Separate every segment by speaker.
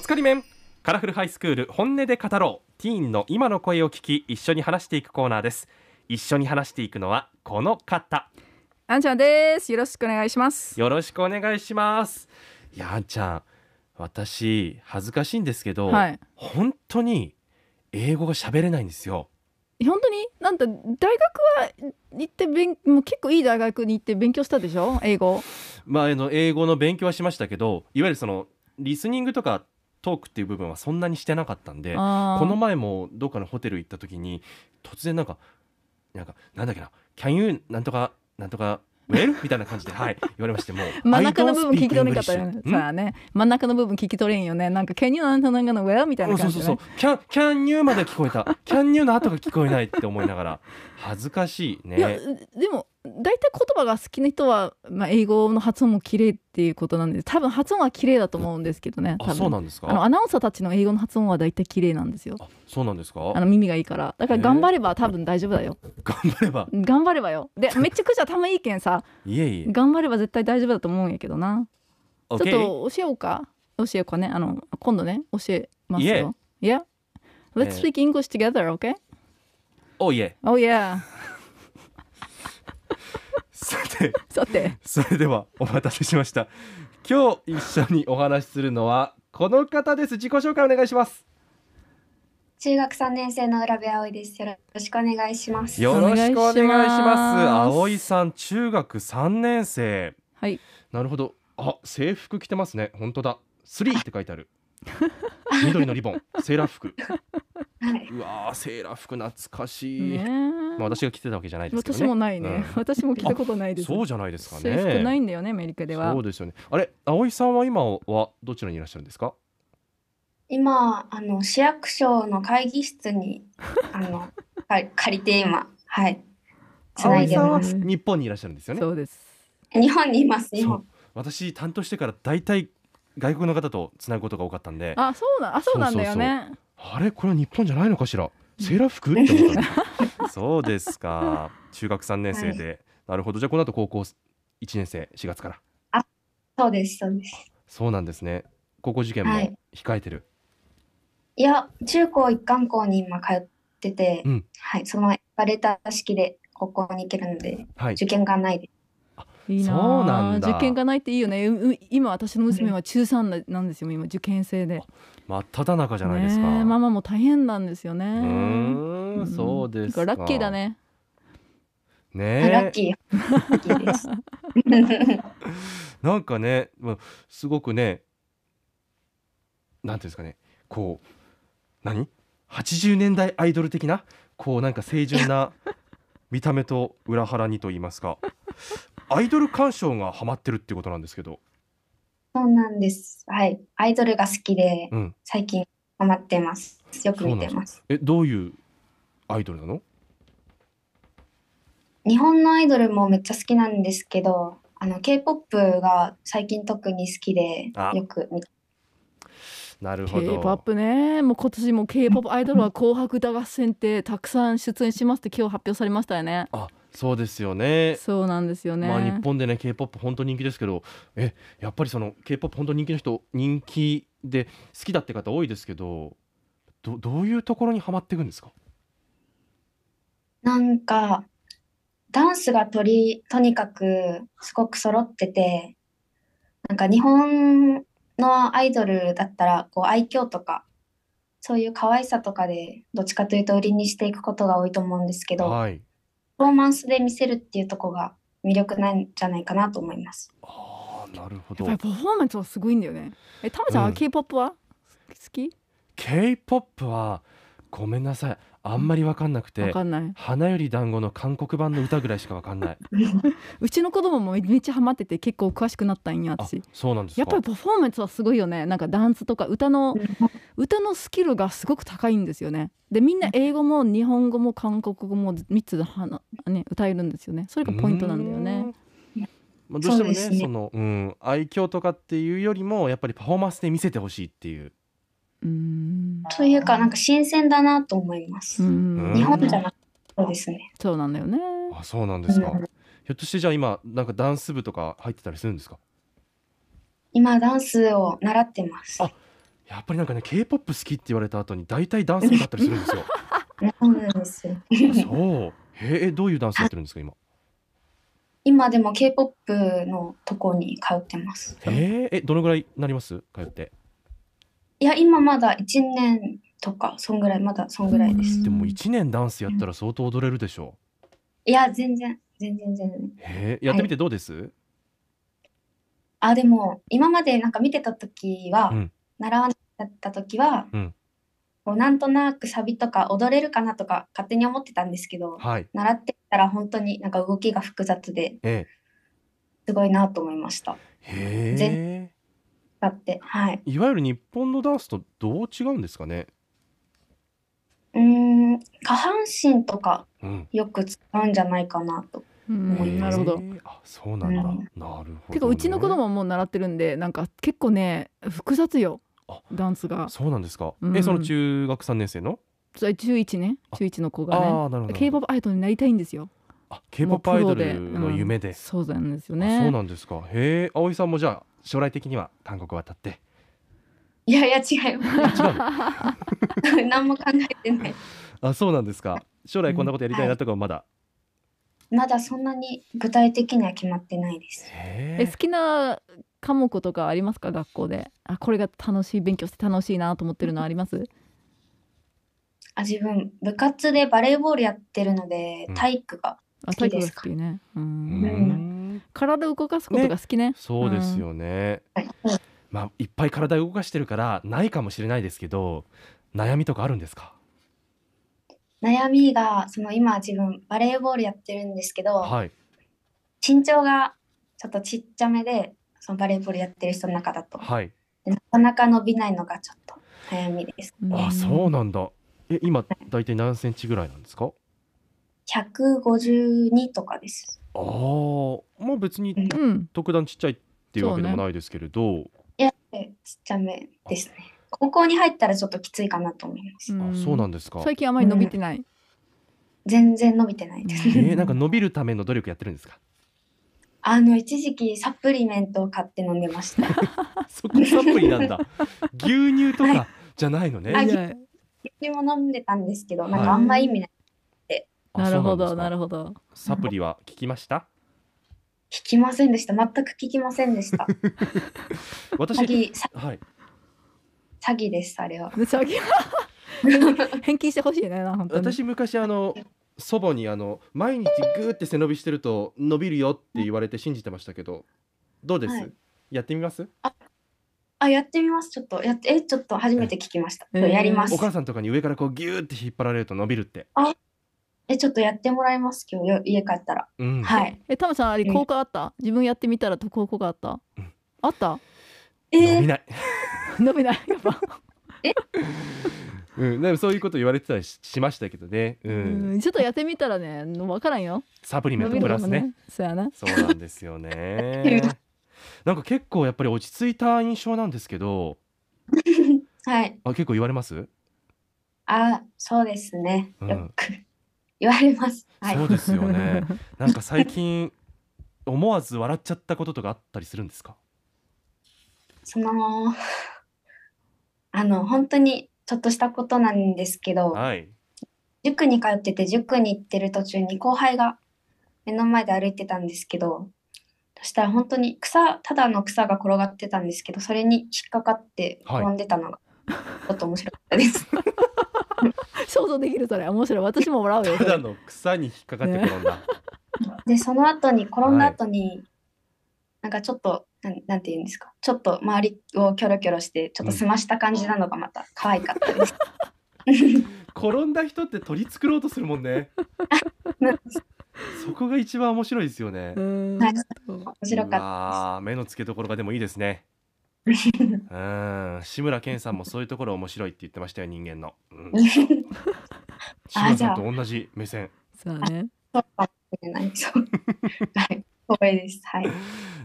Speaker 1: つかり面カラフルハイスクール本音で語ろうティーンの今の声を聞き一緒に話していくコーナーです一緒に話していくのはこの方
Speaker 2: あんちゃんです。よろしくお願いします。
Speaker 1: よろしくお願いしますいやあんちゃん私恥ずかしいんですけど、
Speaker 2: はい
Speaker 1: 本当に英語が喋れないんですよ
Speaker 2: 本当になんて大学は行って勉もう結構いい大学に行って勉強したでしょ英語。
Speaker 1: まあ、あの英語の勉強はしましたけどいわゆるそのリスニングとかトークっていう部分はそんなにしてなかったんで
Speaker 2: あー
Speaker 1: この前もどっかのホテル行った時に突然なんかなんかなんだっけな「Can you なんとかなんとか well?」みたいな感じで、はい、言われましてもう
Speaker 2: 真
Speaker 1: I
Speaker 2: ん中
Speaker 1: don't
Speaker 2: の部分聞き取れんかったよ
Speaker 1: speak
Speaker 2: ね。
Speaker 1: English
Speaker 2: さあね、真ん中の部分聞き取れんよね。なんか Can you なんとなんかの where みた
Speaker 1: う
Speaker 2: い
Speaker 1: ん
Speaker 2: な
Speaker 1: そ
Speaker 2: 感
Speaker 1: うそ
Speaker 2: じ
Speaker 1: う
Speaker 2: で、
Speaker 1: そう
Speaker 2: ね。
Speaker 1: 「Can can you」まで聞こえた「Can you」の後が聞こえないって思いながら恥ずかしい
Speaker 2: いや
Speaker 1: ね。
Speaker 2: でも大体言葉が好きな人は、まあ、英語の発音も綺麗っていうことなんで多分発音は綺麗だと思うんですけどね多
Speaker 1: あ
Speaker 2: 分
Speaker 1: そうなんです
Speaker 2: あの
Speaker 1: か
Speaker 2: アナウンサーたちの英語の発音は大体綺麗なんですよ
Speaker 1: あそうなんですか
Speaker 2: あの耳がいいからだから頑張れば多分大丈夫だよ
Speaker 1: 頑張れば
Speaker 2: 頑張ればよでめちゃくちゃ頭いいけんさ
Speaker 1: いえいえ
Speaker 2: 頑張れば絶対大丈夫だと思うんやけどな、
Speaker 1: OK
Speaker 2: ちょっと教えようか教えようかねあの今度ね教えますよ Yeah Let's
Speaker 1: え
Speaker 2: speak English together, okay?
Speaker 1: Oh yeah
Speaker 2: Oh yeah
Speaker 1: さて
Speaker 2: さて
Speaker 1: それではお待たせしました今日一緒にお話しするのはこの方です自己紹介お願いします
Speaker 3: 中学3年生の浦部葵です。よろしくお願いします。
Speaker 1: よろしくお願いし
Speaker 2: お願いし
Speaker 1: ます
Speaker 2: ます
Speaker 1: 葵さん中学三年生
Speaker 2: はい
Speaker 1: なるほどあ制服着てますね本当だスリーって書いてある 緑のリボンセーラー服
Speaker 3: はい、
Speaker 1: うわーセーラー服懐かしい、
Speaker 2: ね
Speaker 1: まあ私が着てたわけじゃないですけどね
Speaker 2: 私もないね、
Speaker 1: うん
Speaker 2: 私も聞いたことないです
Speaker 1: そうじゃないですかね
Speaker 2: 制服ないんだよねアメリカでは
Speaker 1: そうですよねあれ葵さんは今はどちらにいらっしゃるんですか
Speaker 3: 今あの市役所の会議 室にあのか借りて今はいつな
Speaker 1: 葵
Speaker 3: いで
Speaker 1: さんは
Speaker 3: ます。
Speaker 1: 日本にいらっしゃるんですよね
Speaker 2: そうです
Speaker 3: 日本にいます。日
Speaker 1: そう
Speaker 3: 本。
Speaker 1: 私担当してから大体外国の方とつなぐことが多かったんであ
Speaker 2: あそうなんあそうなんだよね
Speaker 1: れこれは日本じゃないのかしらセーラー服って思ったの そうですか中学3年生で、なるほどじゃあこの後高校1年生4月から
Speaker 3: そうですそうです。
Speaker 1: そうなんですね高校受験も
Speaker 3: はい
Speaker 1: 控えてる、
Speaker 3: いや中高一貫校に今通ってて、
Speaker 1: うん
Speaker 3: はいそのエスカレーター式で高校に行けるので
Speaker 1: はい
Speaker 3: 受験がないです。
Speaker 2: いいなあ
Speaker 1: そうなんだ
Speaker 2: 受験がないっていいよねうう今私の娘は中3ななんですよ今受験生で
Speaker 1: 真っ只中じゃないですか、
Speaker 2: ねえママも大変なんですよね
Speaker 1: うー
Speaker 2: うん
Speaker 1: んそうですか
Speaker 2: だらラッキーだね
Speaker 1: ね
Speaker 3: あ
Speaker 1: え
Speaker 3: ラッキーラッキ ーです。
Speaker 1: なんかね、まあ、すごくね、なんていうんですかね、こう、何 ?80 年代アイドル的な、こうなんか清純な 見た目と裏腹にと言いますか、アイドル鑑賞がハマってるってことなんですけど、
Speaker 3: そうなんです。はいアイドルが好きで
Speaker 1: うん、
Speaker 3: 最近ハマってます。よく見てます。
Speaker 1: え、どういうアイドルなの
Speaker 3: 日本のアイドルもめっちゃ好きなんですけど、あの K-POP が最近特に好きで
Speaker 1: あ
Speaker 3: よく見て
Speaker 1: なるほど。
Speaker 2: K-POP ねもう今年も K-POP アイドルは「 紅白歌合戦」ってたくさん出演しますって今日発表されましたよね
Speaker 1: あ、そうですよね。
Speaker 2: そうなんですよね、
Speaker 1: まあ、日本でね k p o p 本当人気ですけどえやっぱりその k p o p 本当人気の人人気で好きだって方多いですけどどどういうところにはまっていくんですか
Speaker 3: なんかダンスがとり、とにかくすごく揃ってて、なんか日本のアイドルだったらこう愛嬌とか、そういう可愛さとかでどっちかというと売りにしていくことが多いと思うんですけど、パ
Speaker 1: はい
Speaker 3: フォーマンスで見せるっていうとこが魅力なんじゃないかなと思います。
Speaker 1: あーなるほ
Speaker 2: やっ
Speaker 1: ど
Speaker 2: ぱりパフォーマンスはすごいんだよねえタマちゃんは
Speaker 1: うん
Speaker 2: K-POP は好き
Speaker 1: k p o p はごめんなさいあんまり分かんなく
Speaker 2: わ
Speaker 1: て
Speaker 2: かんない
Speaker 1: 花より団子の韓国版の歌ぐらいしか分かんない
Speaker 2: うちの子供もめっちゃハマってて結構詳しくなったんや
Speaker 1: あ
Speaker 2: 私
Speaker 1: そうなんですか
Speaker 2: やっぱりパフォーマンスはすごいよねなんかダンスとか歌の歌のスキルがすごく高いんですよねでみんな英語も日本語も韓国語も3つはな、ね、歌えるんですよねそれがポイントなんだよね
Speaker 1: うーん。まあ、どうしてもね
Speaker 3: そう
Speaker 1: そ
Speaker 3: ですね
Speaker 1: の、うん、愛嬌とかっていうよりもやっぱりパフォーマンスで見せてほしいっていう
Speaker 2: うーん
Speaker 3: というか、なんか新鮮だなと思います。
Speaker 2: うん
Speaker 3: 日本じゃなくて、そうですね。
Speaker 2: そうなんだよね
Speaker 1: あそうなんですか、
Speaker 3: うん
Speaker 1: ひょっとしてじゃあ今なんかダンス部とか入ってたりするんですか
Speaker 3: 今、ダンスを習ってます
Speaker 1: あ。やっぱりなんかね k p o p 好きって言われた後に大体ダンス部だったりするんです よ
Speaker 3: そうなんですよ。
Speaker 1: そうへえどういうダンスやってるんですか今
Speaker 3: 今でも K-POP のとこに通ってます。
Speaker 1: へええどのぐらいになります通って
Speaker 3: いや、今まだ1年とか、そんぐらい、まだそんぐらいです。
Speaker 1: でも1年ダンスやったら相当踊れるでしょ
Speaker 3: いや、全然、全然、全然
Speaker 1: う。へえやってみてどうです、
Speaker 3: あ、でも、今までなんか見てた時は、
Speaker 1: うん
Speaker 3: 習わなかった時は、
Speaker 1: うん
Speaker 3: こうなんとなくサビとか踊れるかなとか勝手に思ってたんですけど、
Speaker 1: はい
Speaker 3: 習ってたら本当になんか動きが複雑で
Speaker 1: え
Speaker 3: すごいなと思いました。
Speaker 1: えへえ
Speaker 3: ぜだって、はい。
Speaker 1: いわゆる日本のダンスとどう違うんですかね
Speaker 3: うーん、下半身とか
Speaker 1: うん
Speaker 3: よく使うんじゃないかなと。
Speaker 2: うん
Speaker 3: 思い
Speaker 2: な
Speaker 3: ます
Speaker 2: るほど
Speaker 1: へえあそうなんだ、
Speaker 3: うん
Speaker 1: なるほど、ね、
Speaker 2: 結構うちの子供も習ってるんでなんか結構ね複雑よ
Speaker 1: あ
Speaker 2: ダンスが
Speaker 1: そうなんですか、
Speaker 2: うん
Speaker 1: えその中学3年生の
Speaker 2: それ中1ね
Speaker 1: あ
Speaker 2: 中1の子がね
Speaker 1: ああなるほど
Speaker 2: k p o p アイドルになりたいんですよ。
Speaker 1: あ
Speaker 2: もう
Speaker 1: K-POP
Speaker 2: プ
Speaker 1: アイド
Speaker 2: ロで
Speaker 1: ルの夢で
Speaker 2: うん、そうなんです
Speaker 1: あそう
Speaker 2: よね。
Speaker 1: なんですかへえ葵さんもじゃあ将来的には韓国渡 って
Speaker 3: いやいや、違
Speaker 1: 違
Speaker 3: いま
Speaker 1: うの
Speaker 3: す。 何も考えてない。
Speaker 1: あそうなんですか将来こんなことやりたいなとかはまだ、
Speaker 3: まだそんなに具体的には決まってないです。
Speaker 1: へ
Speaker 2: え好きな科目とかありますか学校であこれが楽しい勉強して楽しいなと思ってるのあ ります
Speaker 3: あ、自分、部活でバレーボールやってるので
Speaker 1: うん、
Speaker 3: 体育が。
Speaker 2: あ
Speaker 3: 好
Speaker 2: 体
Speaker 3: き
Speaker 2: 育
Speaker 3: で
Speaker 2: が
Speaker 3: すか
Speaker 2: 好きね。う
Speaker 1: うんん
Speaker 2: 体を動かすことが好きね。
Speaker 1: そうですよね、
Speaker 3: はい。
Speaker 1: まあいっぱい体動かしてるからないかもしれないですけど悩みとかあるんですか
Speaker 3: 悩みが、その今自分、バレーボールやってるんですけど、
Speaker 1: はい
Speaker 3: 身長がちょっとちっちゃめで、そのバレーボールやってる人の中だと、
Speaker 1: はい
Speaker 3: なかなか伸びないのがちょっと悩みです。
Speaker 2: うん
Speaker 1: あそうなんだえ今大体何センチぐらいなんですか
Speaker 3: 152とかです。
Speaker 1: あーまあ別に
Speaker 2: うん
Speaker 1: 特段ちっちゃいっていうわけでも
Speaker 2: そうね
Speaker 1: ないですけれど、
Speaker 3: いや、ちっちゃめですね。高校に入ったらちょっときついかなと思います。
Speaker 1: あそうなんですか
Speaker 2: 最近あまり伸びてない。
Speaker 3: 全然伸びてないで す。
Speaker 1: えー、なんか伸びるための努力やってるんですか
Speaker 3: あの、一時期サプリメントを買って飲んでました。
Speaker 1: そこサプリなん だ牛乳とかじゃないの ね、
Speaker 3: はい
Speaker 2: いや
Speaker 3: うちも飲んでたんですけど、なん
Speaker 1: はい
Speaker 3: かあんま意味ない。
Speaker 2: なるほどな
Speaker 1: る
Speaker 2: るほど。
Speaker 1: サプリは聞きました
Speaker 3: 聞きませんでした。全く聞きません でした。詐
Speaker 1: 私
Speaker 3: 欺、さ
Speaker 1: はい
Speaker 3: 詐欺です、あれ は。
Speaker 2: で最近返金してほしいねな本当に。
Speaker 1: 私昔あの祖母にあの毎日グーって背伸びしてると伸びるよって言われて信じてましたけどどうです、
Speaker 3: はい
Speaker 1: やってみます
Speaker 3: あ、やってみます。ちょっと、やって、え、ちょっと初めて聞きました。
Speaker 2: えー
Speaker 3: やりま
Speaker 1: お
Speaker 3: す。
Speaker 1: 母さんとかに上からこうギューって引っ張られると伸びるって
Speaker 3: え、ちょっとやってもらいます。今日よ、家帰ったら。
Speaker 1: うん、
Speaker 3: はい。
Speaker 2: えタムさんあれ効果あった？自分やってみたらと効果あった
Speaker 1: うん？
Speaker 2: あった？
Speaker 3: え
Speaker 1: 伸び
Speaker 3: ー、
Speaker 1: ない、
Speaker 2: 伸びない。やっぱ
Speaker 1: うん、でもそういうこと言われてたりししましたけどね、う
Speaker 2: うんんちょっとやってみたらねわからんよ。
Speaker 1: サプリメ
Speaker 2: 伸
Speaker 1: ン
Speaker 2: び
Speaker 1: ト
Speaker 2: る
Speaker 1: プラ
Speaker 2: かも
Speaker 1: スね
Speaker 2: ね。そうやな。
Speaker 1: そうなんですよね なんか結構やっぱり落ち着いた印象なんですけど
Speaker 3: はい。
Speaker 1: あ結構言われます、
Speaker 3: あ、そうですね。
Speaker 1: うん
Speaker 3: よく 言われます。はい
Speaker 1: そう。ですよねなんか最近思わず笑っちゃったこととかあったりするんですか
Speaker 3: その、 あの、本当にちょっとしたことなんですけど、
Speaker 1: はい
Speaker 3: 塾に通ってて、塾に行ってる途中に後輩が目の前で歩いてたんですけど、そしたら本当に草、ただの草が転がってたんですけど、それに引っかかって
Speaker 1: はい
Speaker 3: 転んでたのが、ちょっと面白かっ たです。
Speaker 2: 想像できるそれ面白い。私も笑うよ。
Speaker 1: ただの草に引っかかって転んだ、
Speaker 3: で、その後に、転んだ後に、なんかちょっと、なんなんて言うんですか、ちょっと周りをキョロキョロして、ちょっと澄ました感じなのがまた可愛かっ たです。
Speaker 1: 転んだ人って取り繕ろうとするもんね
Speaker 3: 面
Speaker 1: そこが一番面白いですよね、
Speaker 2: うん
Speaker 3: はい
Speaker 2: そう
Speaker 3: 白かった。
Speaker 1: あ目の付けどころがでもいいです ねうん志村けんさんもそういうところ面白いって言ってましたよ人間の、うん、志村
Speaker 3: じ
Speaker 1: さ
Speaker 3: ゃ
Speaker 1: ん
Speaker 3: あ
Speaker 1: と同じ目線
Speaker 2: そうやね。
Speaker 3: そうかもしれない。そう。はい。光栄です。はい。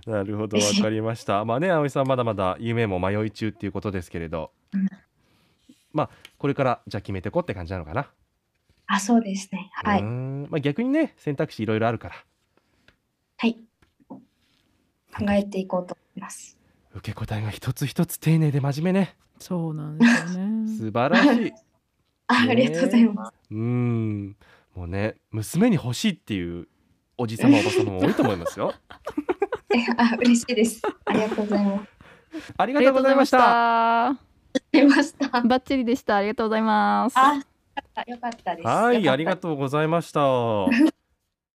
Speaker 1: なる ほど、わかりました。まあね、葵さんまだまだ夢も迷い中っていうことですけれど
Speaker 3: うん。
Speaker 1: まあ、これからじゃあ決めてこって感じなのかな。
Speaker 3: あ、そうですね。
Speaker 1: う
Speaker 3: は
Speaker 1: ー
Speaker 3: い。
Speaker 1: んまあ、逆にね、選択肢いろいろあるから。
Speaker 3: はい。考えていこうと思います。
Speaker 1: う受け答えが一つ一つ丁寧で真面目ね
Speaker 2: そうなんですよね。
Speaker 1: 素晴ら しい
Speaker 3: あ
Speaker 1: ね
Speaker 3: ありがとうございます。
Speaker 1: うんもうね娘に欲しいっていうおじさまおばさまも多いと思いますよ
Speaker 3: えあ嬉しいです。ありがとうございます。
Speaker 1: ありがとうございました
Speaker 2: ありがとうございまし
Speaker 3: ありました。
Speaker 2: た。バッチリでした。ありがとうございます。
Speaker 3: あ、よかったです。
Speaker 1: はいあり
Speaker 3: とう
Speaker 1: がとうございました